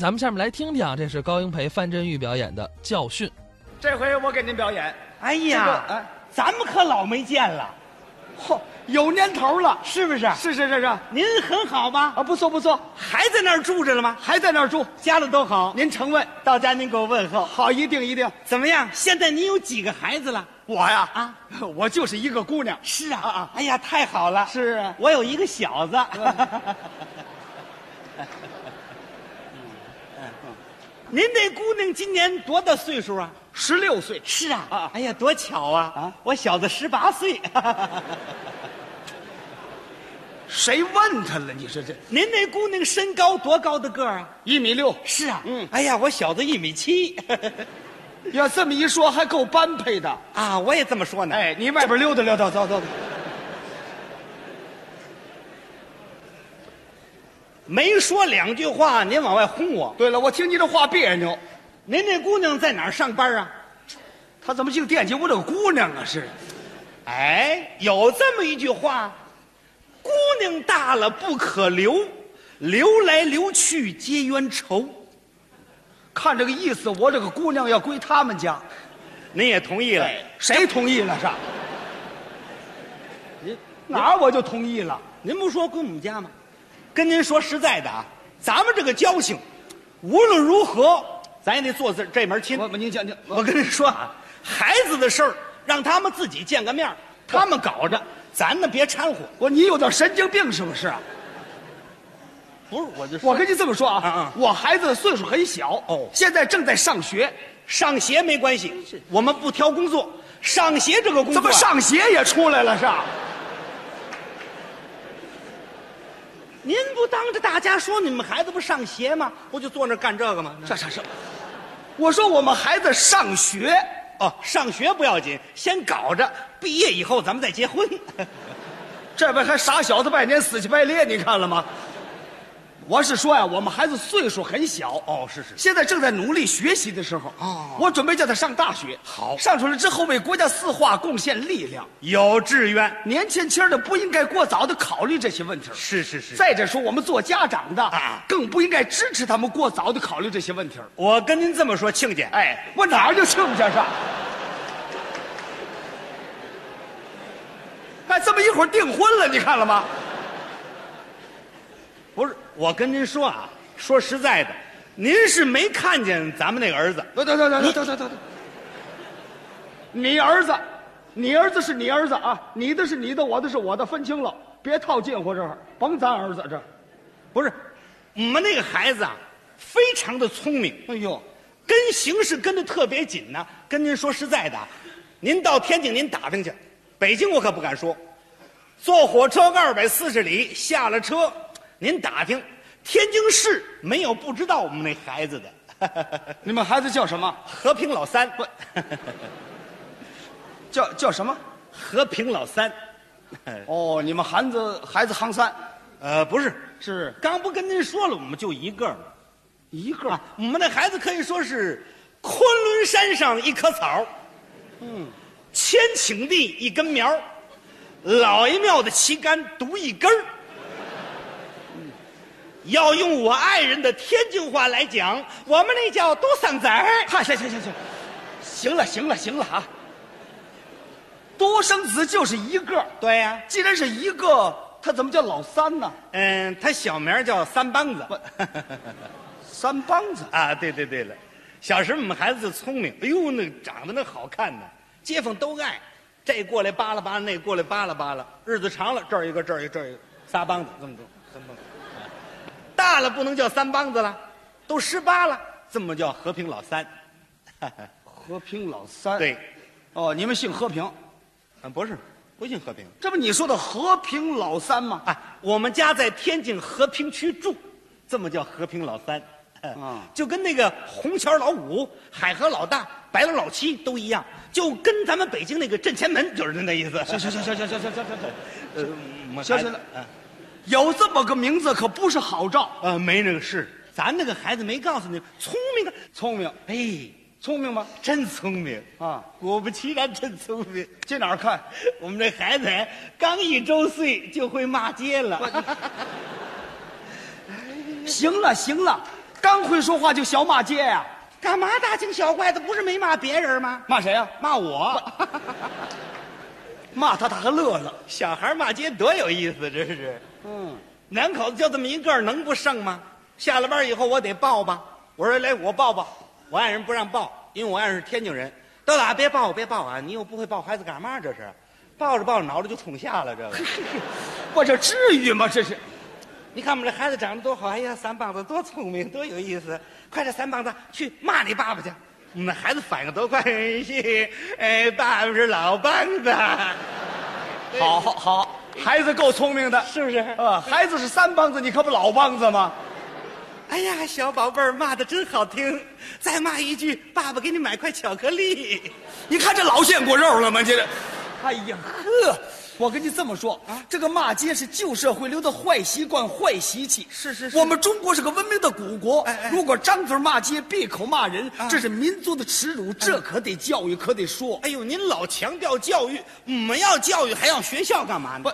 咱们下面来听听啊，这是高英培、范振钰表演的《教训》。这回我给您表演，哎这个呀，哎咱们可老没见了，嚯，有年头了，是不是？是是是是，啊，您很好吧？不错不错，还在那儿住着了吗？还在那儿住，家里都好，您承问，到家您给我问候，好，一定一定。怎么样？现在您有几个孩子了？我呀，啊，我就是一个姑娘，是啊，哎呀，太好了！是啊我有一个小子。嗯 您这姑娘今年多大岁数啊？十六岁，是啊啊哎呀，多巧啊！啊我小子十八 岁。谁问他了？你说这您那姑娘身高多高的个儿啊？一米六，是啊，嗯哎呀，我小子一米七，要这么一说还够般配的。啊，我也这么说呢。哎，你外边溜达溜达，走走走。没说两句话，您往外轰我。对了，我听你这话别扭，您那姑娘在哪儿上班啊？他怎么净惦记我这个姑娘啊？是，哎，有这么一句话：“姑娘大了不可留，留来留去皆冤仇。看这个意思，我这个姑娘要归他们家。”您也同意了？哎，谁同意了是？你哪儿我就同意了。您不说归我们家吗？跟您说实在的啊，咱们这个交情，无论如何，咱也得做这这门亲。我你讲讲，我跟您说啊，孩子的事儿让他们自己见个面儿，他们搞着，咱们别掺和。我你有点神经病是不是啊？不是，我就我我跟跟你这么说啊啊啊，我孩子的岁数很小哦现在正在上学，上学没关系，我们不挑工作，上学这个工怎作么啊上学也出来了是吧？您不当着大家说你们孩子不上学吗？不就坐那儿干这个吗？这这这，我说我们孩子上学，哦，上学不要紧，先搞着，毕业以后咱们再结婚。 这边还傻小子拜年死乞白咧，你看了吗？我是说呀、我们孩子岁数很小哦是是现在正在努力学习的时候哦我准备叫他上大学，好上出来之后为国家四化贡献力量。有志愿，年轻轻的不应该过早的考虑这些问题儿。是是是。再者说，我们做家长的啊更不应该支持他们过早的考虑这些问题儿。我跟您这么说，庆姐，哎，我哪儿就去不去是吧？哎，这么一会儿订婚了，你看了吗？不是，我跟您说啊，说实在的，您是没看见咱们那个儿子，等等等等等等等等，你儿子，你儿子是你儿子啊，你的是你的，我的是我的，分清了，别套近乎这儿，甭咱儿子这儿。不是，我们那个孩子啊，非常的聪明，哎呦，跟形势跟的特别紧呢、跟您说实在的啊，您到天津您打听去，北京我可不敢说。坐火车二百四十里，下了车，您打听，天津市没有不知道我们那孩子 的。你们孩子叫什么？和平老三，不，叫叫什么？和平老三，哦，你们孩子孩子行三呃，不是，是刚不跟您说了，我们就一个吗？一个啊，我们那孩子可以说是昆仑山上一棵草，嗯，千顷地一根苗儿，老爷庙的旗杆独一根儿。要用我爱人的天津话来讲，我们那叫独生子儿。嗨，行行行行，行了行了行了啊！独生子就是一个，对呀、既然是一个，他怎么叫老三呢？嗯，他小名儿叫三帮子。三帮子， 啊，对对对了，小时候我们孩子聪明，哎呦，那长得那好看呢，街坊都爱，这过来扒拉扒拉，那过来扒拉扒拉，日子长了，这儿一个，这儿一个，这儿一个，仨帮子，这么多，三帮子。大了不能叫三帮子了，都十八了，这么叫和平老三。 和平老三。对，，哦，你们姓和平，啊，不是，不姓和平这不你说的和平老三吗？啊，我们家在天津和平区住，这么叫和平老三。呃嗯就跟那个红桥老五、海河老大、白楼老七都一样，就跟咱们北京那个镇前门就是那意思。行行行行行行行行行行，呃，我行行了，有这么个名字可不是好兆，哎呃，没那个事，咱那个孩子没告诉你，聪明啊，聪明，哎，聪明吗？真聪明啊！果不其然，真聪明。这哪儿看？我们这孩子刚一周岁就会骂街了， 行了行了，刚会说话就小骂街呀、干嘛大惊小怪的？不是没骂别人吗？骂谁呀、骂我，骂他他还乐了。小孩骂街多有意思，真是。嗯，两口子就这么一个儿，能不剩吗？下了班以后我得抱吧。我说来，我抱抱。我爱人不让抱，因为我爱人是天津人。到哪别抱我，别抱啊！你又不会抱孩子干嘛？这是，抱着抱着挠着就捅下了。这 个，我这至于吗？这是你看我们这孩子长得多好！哎呀，三棒子多聪明，多有意思！快点，三棒子去骂你爸爸去。我们那孩子反应多快！哎，爸爸是老棒子， 好好好，孩子够聪明的。是不是？啊，孩子是三帮子，你可不老帮子吗？哎呀，小宝贝儿骂的真好听，再骂一句，爸爸给你买块巧克力。你看这老见过肉了吗？这，哎呀呵，我跟你这么说啊，这个骂街是旧社会留的坏习惯、坏习气。是是是我们中国是个文明的古国，哎哎如果张嘴骂街、闭口骂人，这是民族的耻辱，这可得教育，可得说。哎呦，您老强调教育，我们要教育还要学校干嘛呢？不，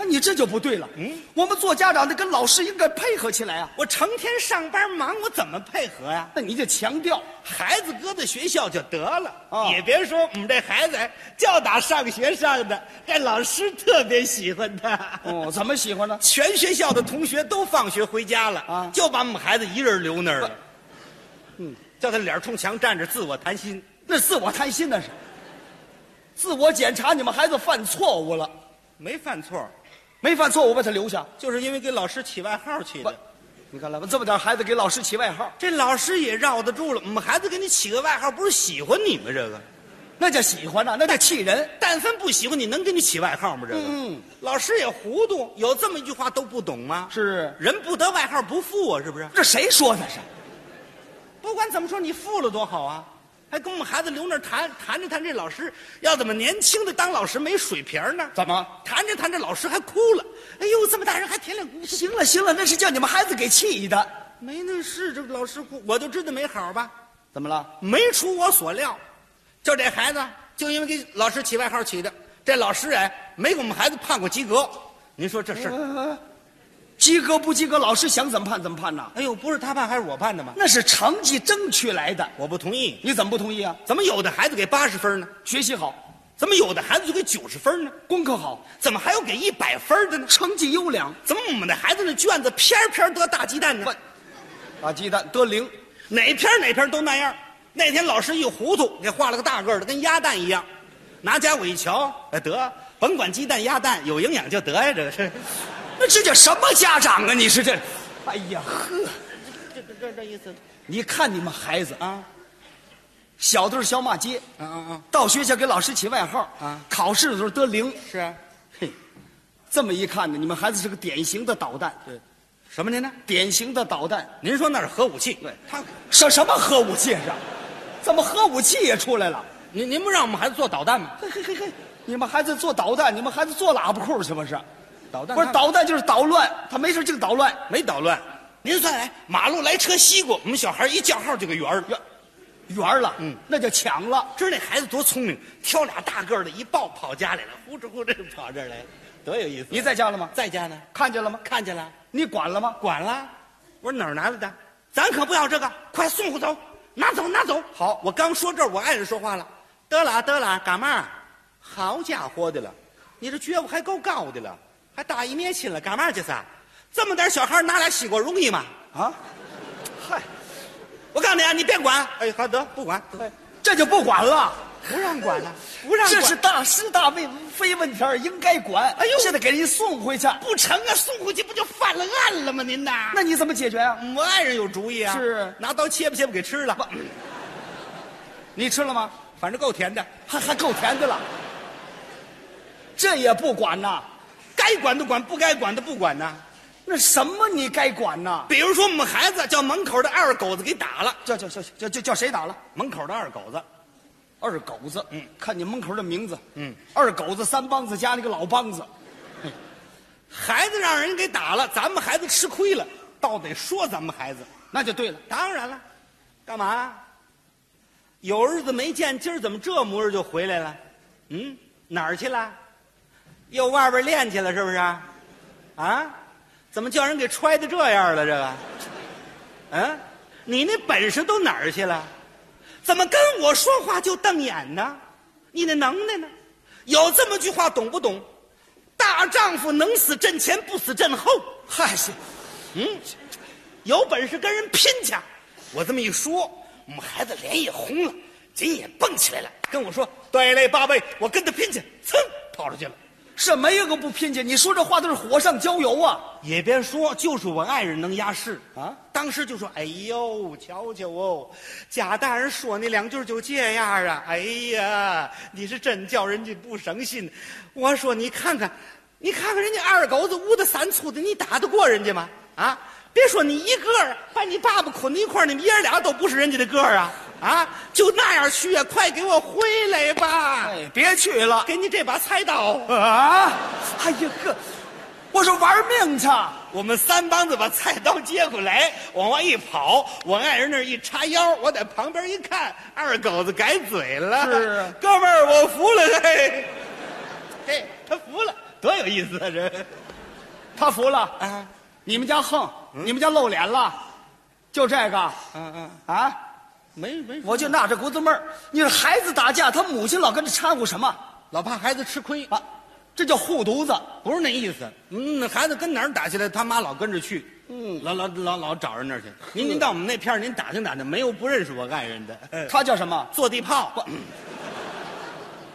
啊你这就不对了。嗯，我们做家长的跟老师应该配合起来啊。我成天上班忙，我怎么配合呀、那你就强 调，孩子搁在学校就得了，哦也别说我们这孩子叫打上学上的，这老师特别喜欢他。哦，怎么喜欢呢？全学校的同学都放学回家了，啊就把我们孩子一人留那儿了。嗯，叫他脸冲墙站着，自我谈心。那自我贪心那是，自我检查你们孩子犯错误了，没犯错，没犯错误把他留下。就是因为给老师起外号起不的。，你看来吧，这么点孩子给老师起外号，这老师也绕得住了，我们孩子给你起个外号，不是喜欢你吗？这个，那叫喜欢呐、那叫气人。但凡不喜欢你，能给你起外号吗？这个，嗯，老师也糊涂，有这么一句话都不懂吗？是人不得外号不富啊，是不是？这谁说的是？不管怎么说，你富了多好啊！还跟我们孩子留那儿谈谈着谈这老师，要怎么年轻的当老师没水平呢？怎么谈着谈着老师还哭了？哎呦，这么大人还舔脸哭行了行了，那是叫你们孩子给气的。没那事，这个老师哭，我就知道没好吧？怎么了？没出我所料，就这孩子就因为给老师起外号起的，这老师哎没给我们孩子判过及格。您说这事儿？及格不及格，老师想怎么判怎么判呐？哎呦，不是他判还是我判的吗？那是成绩争取来的。我不同意。你怎么不同意啊？怎么有的孩子给八十分呢？学习好，怎么有的孩子就给九十分呢？功课好，怎么还有给一百分的呢？成绩优良，怎么我们的孩子那卷子偏儿偏儿得大鸡蛋呢不？打鸡蛋得零。哪篇儿哪篇儿都那样。那天老师一糊涂，给画了个大个儿的，跟鸭蛋一样。拿家我一瞧，哎得，甭管鸡蛋鸭蛋，有营养就得呀，这个是。那这叫什么家长啊？你是这？哎呀呵，这这这这意思你看你们孩子啊，啊？小的时候小骂街，嗯嗯嗯，到学校给老师起外号啊考试的时候得零。是啊。嘿，这么一看呢，你们孩子是个典型的捣蛋，对，什么您呢？典型的捣蛋。您说那是核武器？对他什什么核武器是？怎么核武器也出来了？您您不让我们孩子做导弹吗？嘿嘿嘿嘿，你们孩子做捣蛋，你们孩子做喇叭裤是不是？导弹不是捣蛋就是捣乱，他没事净捣乱。没捣乱。您算来，马路来车西过，我们小孩一叫号就给圆儿了。圆圆儿了，嗯，那叫抢了。知道那孩子多聪明，挑俩大个儿的一抱跑家里了，呼哧呼哧跑这儿来，多有意思！啊你在家了吗？在家呢，看见了吗？看见了，你管了吗？管了。我说哪儿拿来的？咱可不要这个，快送回走，拿走拿走。好，我刚说这儿，我爱人说话了，得了啊得了啊，干嘛？好家伙的了，你这觉悟还够高的了，还打一面亲了，干嘛去撒？这么点小孩拿俩西瓜容易吗？啊，嗨，我告诉你啊，你别管。哎，好得不管，哎这就不管了。不让管了， 不让管。这是大是大非非问题儿，应该管。哎呦现在给人送回去，不成啊，送回去不就犯了案了吗？您呐，那你怎么解决啊？我爱人有主意啊，是拿刀切吧切吧给吃了，你吃了吗？反正够甜的，还还够甜的了，这也不管呐？该管的管，不该管的不管呐。那什么你该管呐？比如说我们孩子叫门口的二狗子给打了，叫叫叫叫叫叫谁打了？门口的二狗子，二狗子，嗯，看你门口的名字，嗯，二狗子三帮子加那个老帮子，孩子让人给打了，咱们孩子吃亏了，倒得说咱们孩子。那就对了。当然了，干嘛？有日子没见，今儿怎么这模样就回来了？嗯，哪儿去了？又外边练去了是不是？啊？怎么叫人给揣的这样了？这个，嗯，你那本事都哪儿去了？怎么跟我说话就瞪眼呢？你那能耐呢？有这么句话懂不懂？大丈夫能死阵前，不死阵后。嗨，是嗯，有本事跟人拼去！我这么一说，我们孩子脸也红了，紧也蹦起来了，跟我说：“对嘞，八位，我跟他拼去！”噌，跑出去了。什么一个不拼去？你说这话都是火上浇油啊！也别说，就是我爱人能压事啊！当时就说：“哎呦，瞧瞧哦，贾大人说那两句就这样啊！哎呀，你是真叫人家不省心。”我说：“你看看，你看看人家二狗子屋的三粗的，你打得过人家吗？啊！别说你一个儿，把你爸爸捆在一块儿，你们爷儿俩都不是人家的个儿啊！啊，就那样去啊！快给我回来吧！哎，别去了给你这把菜刀。”啊！哎呀呵，我说玩命去！我们三帮子把菜刀接过来，往外一跑，我爱人那儿一叉腰，我在旁边一看，二狗子改嘴了，是啊哥们儿，我服了，嘿，嘿，他服了，多有意思啊，这他服了嗯啊，你们家横，你们家露脸了，就这个嗯啊？没没，我就纳着骨子闷儿，你说孩子打架，他母亲老跟着掺和什么老怕孩子吃亏，啊？这叫护犊子。不是那意思，嗯，那孩子跟哪儿打起来，他妈老跟着去，嗯，老老老老找人那儿去，您您到我们那片儿，您打听打听，没有不认识我爱人的，他叫什么？坐地炮，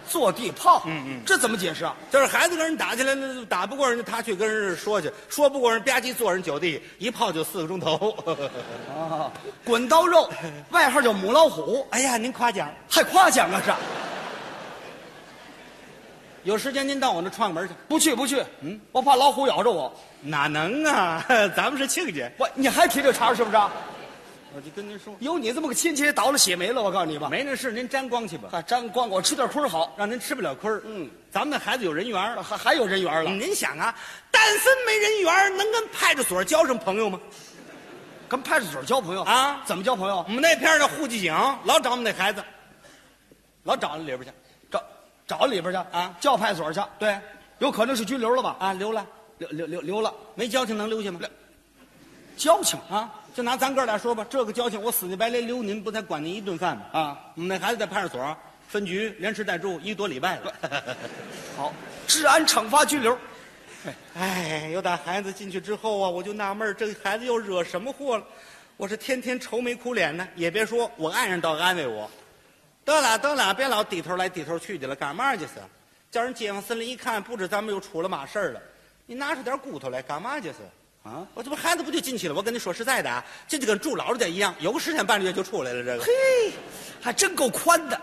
坐地炮。嗯嗯，这怎么解释啊？就是孩子跟人打起来，那打不过人家，他去跟人说去，说不过人，吧唧坐人酒地，一泡就四个钟头。 啊，滚刀肉，外号叫母老虎，哎呀，您夸奖，还夸奖啊是？有时间您到我那串个门去，不去不去，嗯，我怕老虎咬着我。哪能啊？ 咱们是亲家，我你还提这茬儿是不是啊？我就跟您说，有你这么个亲戚，倒了血霉了，我告诉你吧。没那事，您沾光去吧，还沾啊光，我吃点亏儿好，让您吃不了亏儿。嗯，咱们那孩子有人缘儿。还还有啊人缘了，您想啊，但凡没人缘儿，能跟派出所交上朋友吗？跟派出所交朋友啊怎么交朋友我？们那片儿的户籍警老找我们那孩子，老找那里边去找找里边去啊叫派出所去。对，有可能是拘留了吧？啊，溜了，留留留留了，没交情能溜去吗？交情啊，就拿咱哥俩说吧，这个交情，我死乞白赖留您，不才管您一顿饭吗？啊，我们那孩子在派出所分局连吃带住一个多礼拜了。 好，治安惩罚拘留，哎，有打孩子进去之后啊，我就纳闷儿这孩子又惹什么祸了？我是天天愁眉苦脸呢。也别说我爱人倒安慰我，得了得了，别老低头来低头去的了，干嘛去是？叫人街坊森林一看，不知咱们又出了嘛事儿了。你拿出点骨头来干嘛去是？啊，我这不孩子不就进去了？我跟你说实在的啊，这就跟住牢里边一样，有个十天半个月就出来了。这个，嘿，还真够宽的。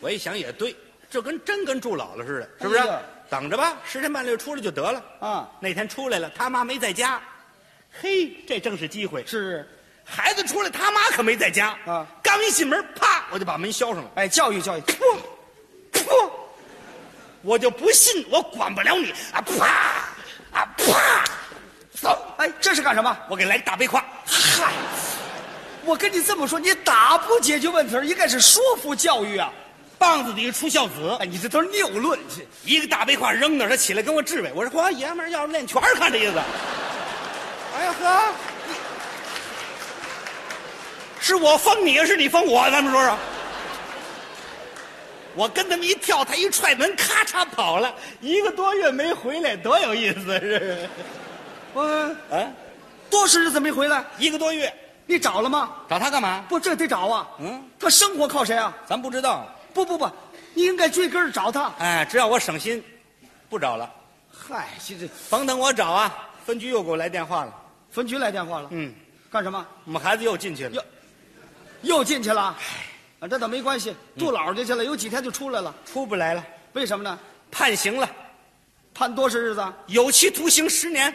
我一想也对，这跟真跟住牢了似的，是不是哎呀？等着吧，十天半个月出来就得了。啊，那天出来了，他妈没在家，嘿，这正是机会。是，孩子出来，他妈可没在家啊。刚一进门，啪，我就把门销上了。哎，教育教育，噗，噗，我就不信我管不了你啊！啪，啊啪，走，哎，这是干什么？我给你来个大背胯。嗨，我跟你这么说，你打不解决问题儿，应该是说服教育啊。棒子底下出孝子，哎，你这都是谬论，这一个大背胯扔那儿，他起来跟我质问。我说：“嚯，爷们儿要是练拳儿看这意思。”哎呀呵，是我封你，是你封我？咱们说说。我跟他们一跳，他一踹门，咔嚓跑了，一个多月没回来，多有意思！是嗯，啊，多少日子没回来，一个多月，你找了吗？找他干嘛？不，这得找啊。嗯，他生活靠谁啊？咱不知道。不不不，你应该追根儿找他。哎，只要我省心，不找了。嗨，这这甭等我找啊，分局又给我来电话了。分局来电话了，嗯，干什么？我们孩子又进去了。又进去了？啊，这倒没关系，住老家去了，有几天就出来了。出不来了，为什么呢？判刑了，判多少日子？有期徒刑十年。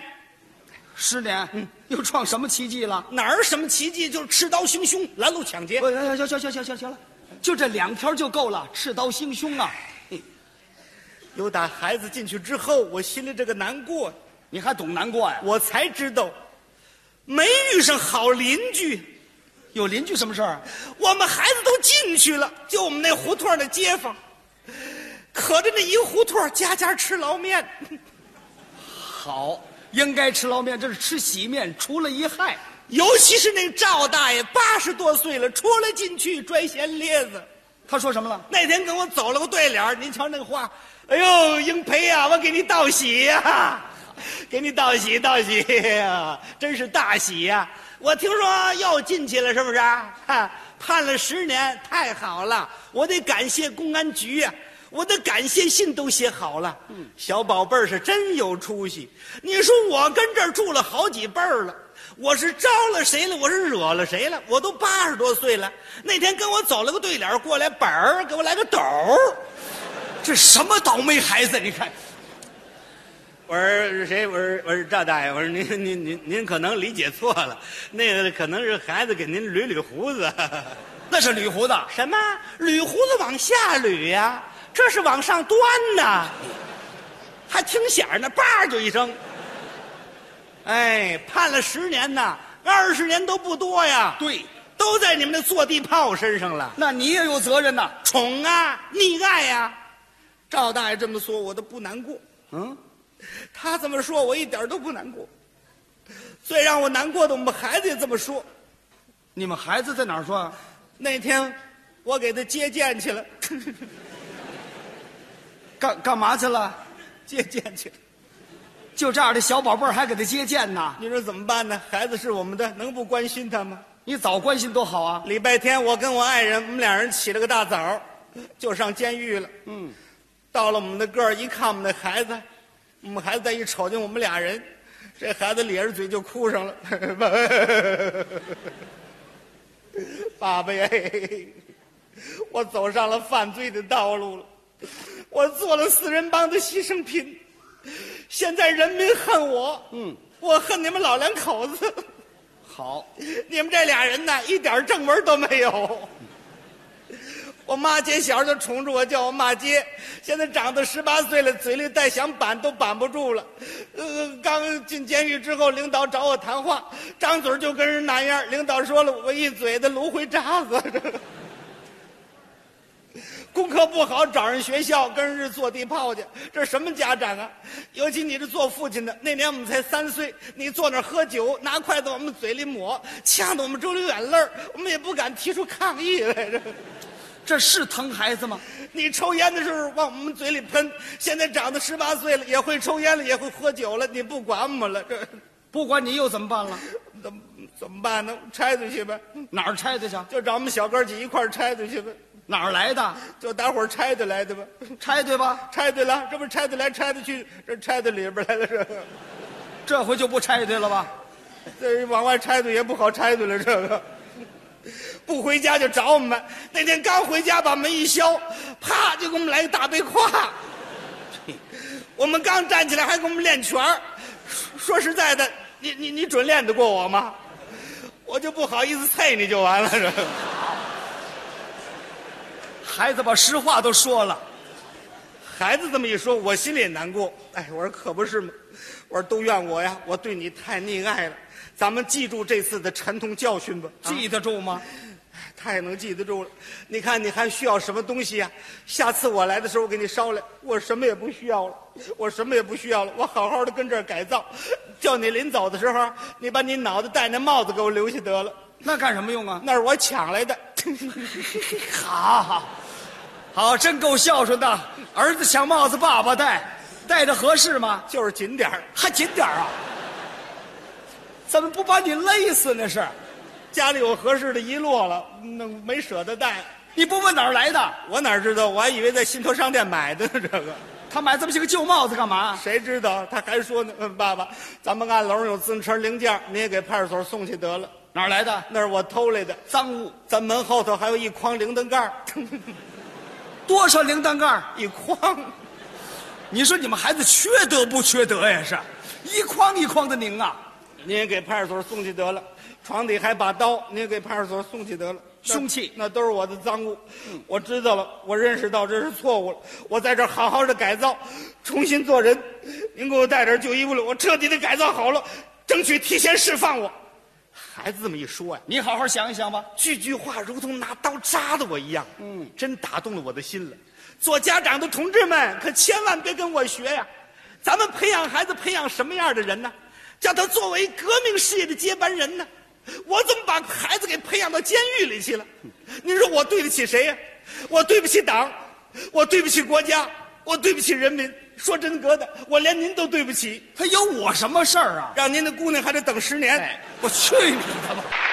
十年。嗯，又创什么奇迹了？哪儿什么奇迹？就是持刀行凶、拦路抢劫。我哎行行行行行行行了，就这两条就够了，赤刀行凶啊！有打孩子进去之后，我心里这个难过，你还懂难啊过呀？我才知道，没遇上好邻居。有邻居什么事儿？啊我们孩子都进去了，就我们那胡同儿的街坊，可着那一胡同儿家家吃捞面。好，应该吃捞面，这是吃洗面，除了一害。尤其是那赵大爷，八十多岁了，出来进去拽弦咧子。他说什么了？那天跟我走了个对脸儿您瞧那个话，哎呦，英培呀、我给你道喜呀、 给你道喜道喜 呀、真是大喜呀、我听说又进去了，是不是？ 哈，判了十年，太好了！我得感谢公安局呀、我的感谢信都写好了。小宝贝儿是真有出息。你说我跟这儿住了好几辈儿了。我是招了谁了？我是惹了谁了？我都八十多岁了。那天跟我走了个对联儿，过来本儿给我来个斗儿。这什么倒霉孩子？你看，我说谁？我说我说赵大爷，我说您您您您可能理解错了，那个可能是孩子给您捋捋胡子。 那是捋胡子。什么？捋胡子往下捋呀、这是往上端呐，还听响儿呢，叭就一声。哎，判了十年呐，二十年都不多呀。对，都在你们那坐地炮身上了。那你也有责任呐。宠啊，溺爱呀、赵大爷这么说，我都不难过。嗯，他这么说，我一点都不难过。最让我难过的，我们孩子也这么说。你们孩子在哪儿说啊？那天我给他接见去了， 干干嘛去了？接见去了。就这样的小宝贝儿还给他接见呢？你说怎么办呢？孩子是我们的，能不关心他吗？你早关心多好啊！礼拜天，我跟我爱人，我们俩人起了个大早，就上监狱了。嗯，到了我们的个儿，一看我们的孩子，我们孩子再一瞅见我们俩人，这孩子咧着嘴就哭上了。 爸爸呀， 我走上了犯罪的道路了，我做了四人帮的牺牲品，现在人民恨我，嗯，我恨你们老两口子。好，你们这俩人呢，一点正文都没有。我妈姐小时候就宠着我，叫我骂街。现在长到十八岁了，嘴里带响板都板不住了。呃，刚进监狱之后，领导找我谈话，张嘴就跟人那样。领导说了我一嘴的芦荟渣子。功课不好，找人学校跟人家坐地炮去，这什么家长啊？尤其你这做父亲的，那年我们才三岁，你坐那儿喝酒，拿筷子往我们嘴里抹，呛得我们直流眼泪儿我们也不敢提出抗议来着。这是疼孩子吗？你抽烟的时候往我们嘴里喷，现在长到十八岁了，也会抽烟了，也会喝酒了，你不管我们了，这不管你又怎么办了？怎么怎么办呢？拆出去呗，哪儿拆的去？就找我们小哥几一块儿拆出去呗，哪儿来的？就大伙儿拆的来的吧。拆对吧？拆对了，这不是拆的来拆的去，这拆到里边来了这个，这回就不拆对了吧？这往外拆的也不好拆的了这个。不回家就找我们，那天刚回家把门一敲，啪就给我们来一大背胯。我们刚站起来还给我们练拳儿说说实在的，你你你准练得过我吗？我就不好意思啐你就完了这个。孩子把实话都说了，孩子这么一说，我心里也难过。哎，我说可不是嘛，我说都怨我呀，我对你太溺爱了。咱们记住这次的沉痛教训吧，啊记得住吗？太能记得住了。你看，你还需要什么东西呀、下次我来的时候，我给你捎来。我什么也不需要了，我什么也不需要了，我好好的跟这儿改造。叫你临走的时候，你把你脑袋戴那帽子给我留下得了，那干什么用啊？那是我抢来的。 好好，好，真够孝顺的。儿子抢帽子，爸爸戴，戴着合适吗？就是紧点儿。还紧点儿啊！怎么不把你累死那是？家里有合适的遗落了，那没舍得带。你不问哪儿来的？我哪知道？我还以为在信托商店买的呢。这个他买这么些个旧帽子干嘛？谁知道？他还说呢，嗯，爸爸，咱们按楼上有自行车零件，你也给派出所送去得了。哪儿来的？那是我偷来的，赃物！咱门后头还有一筐铃铛盖 儿多少铃铛盖儿？一筐。你说你们孩子缺德不缺德呀？是，一筐一筐的拧啊！你也给派出所送去得了。床底还把刀，你也给派出所送去得了。那凶器那都是我的赃物，我知道了，我认识到这是错误了，我在这儿好好的改造，重新做人。您给我带点旧衣服了，我彻底的改造好了，争取提前释放我。孩子这么一说呀、你好好想一想吧。句句话如同拿刀扎的我一样，嗯，真打动了我的心了。做家长的同志们，可千万别跟我学呀！咱们培养孩子培养什么样的人呢？叫他作为革命事业的接班人呢？我怎么把孩子给培养到监狱里去了？您说我对得起谁呀、我对不起党，我对不起国家，我对不起人民。说真格的，我连您都对不起，他有我什么事儿啊？哎哎让您的姑娘还得等十年。哎，我去你的吧！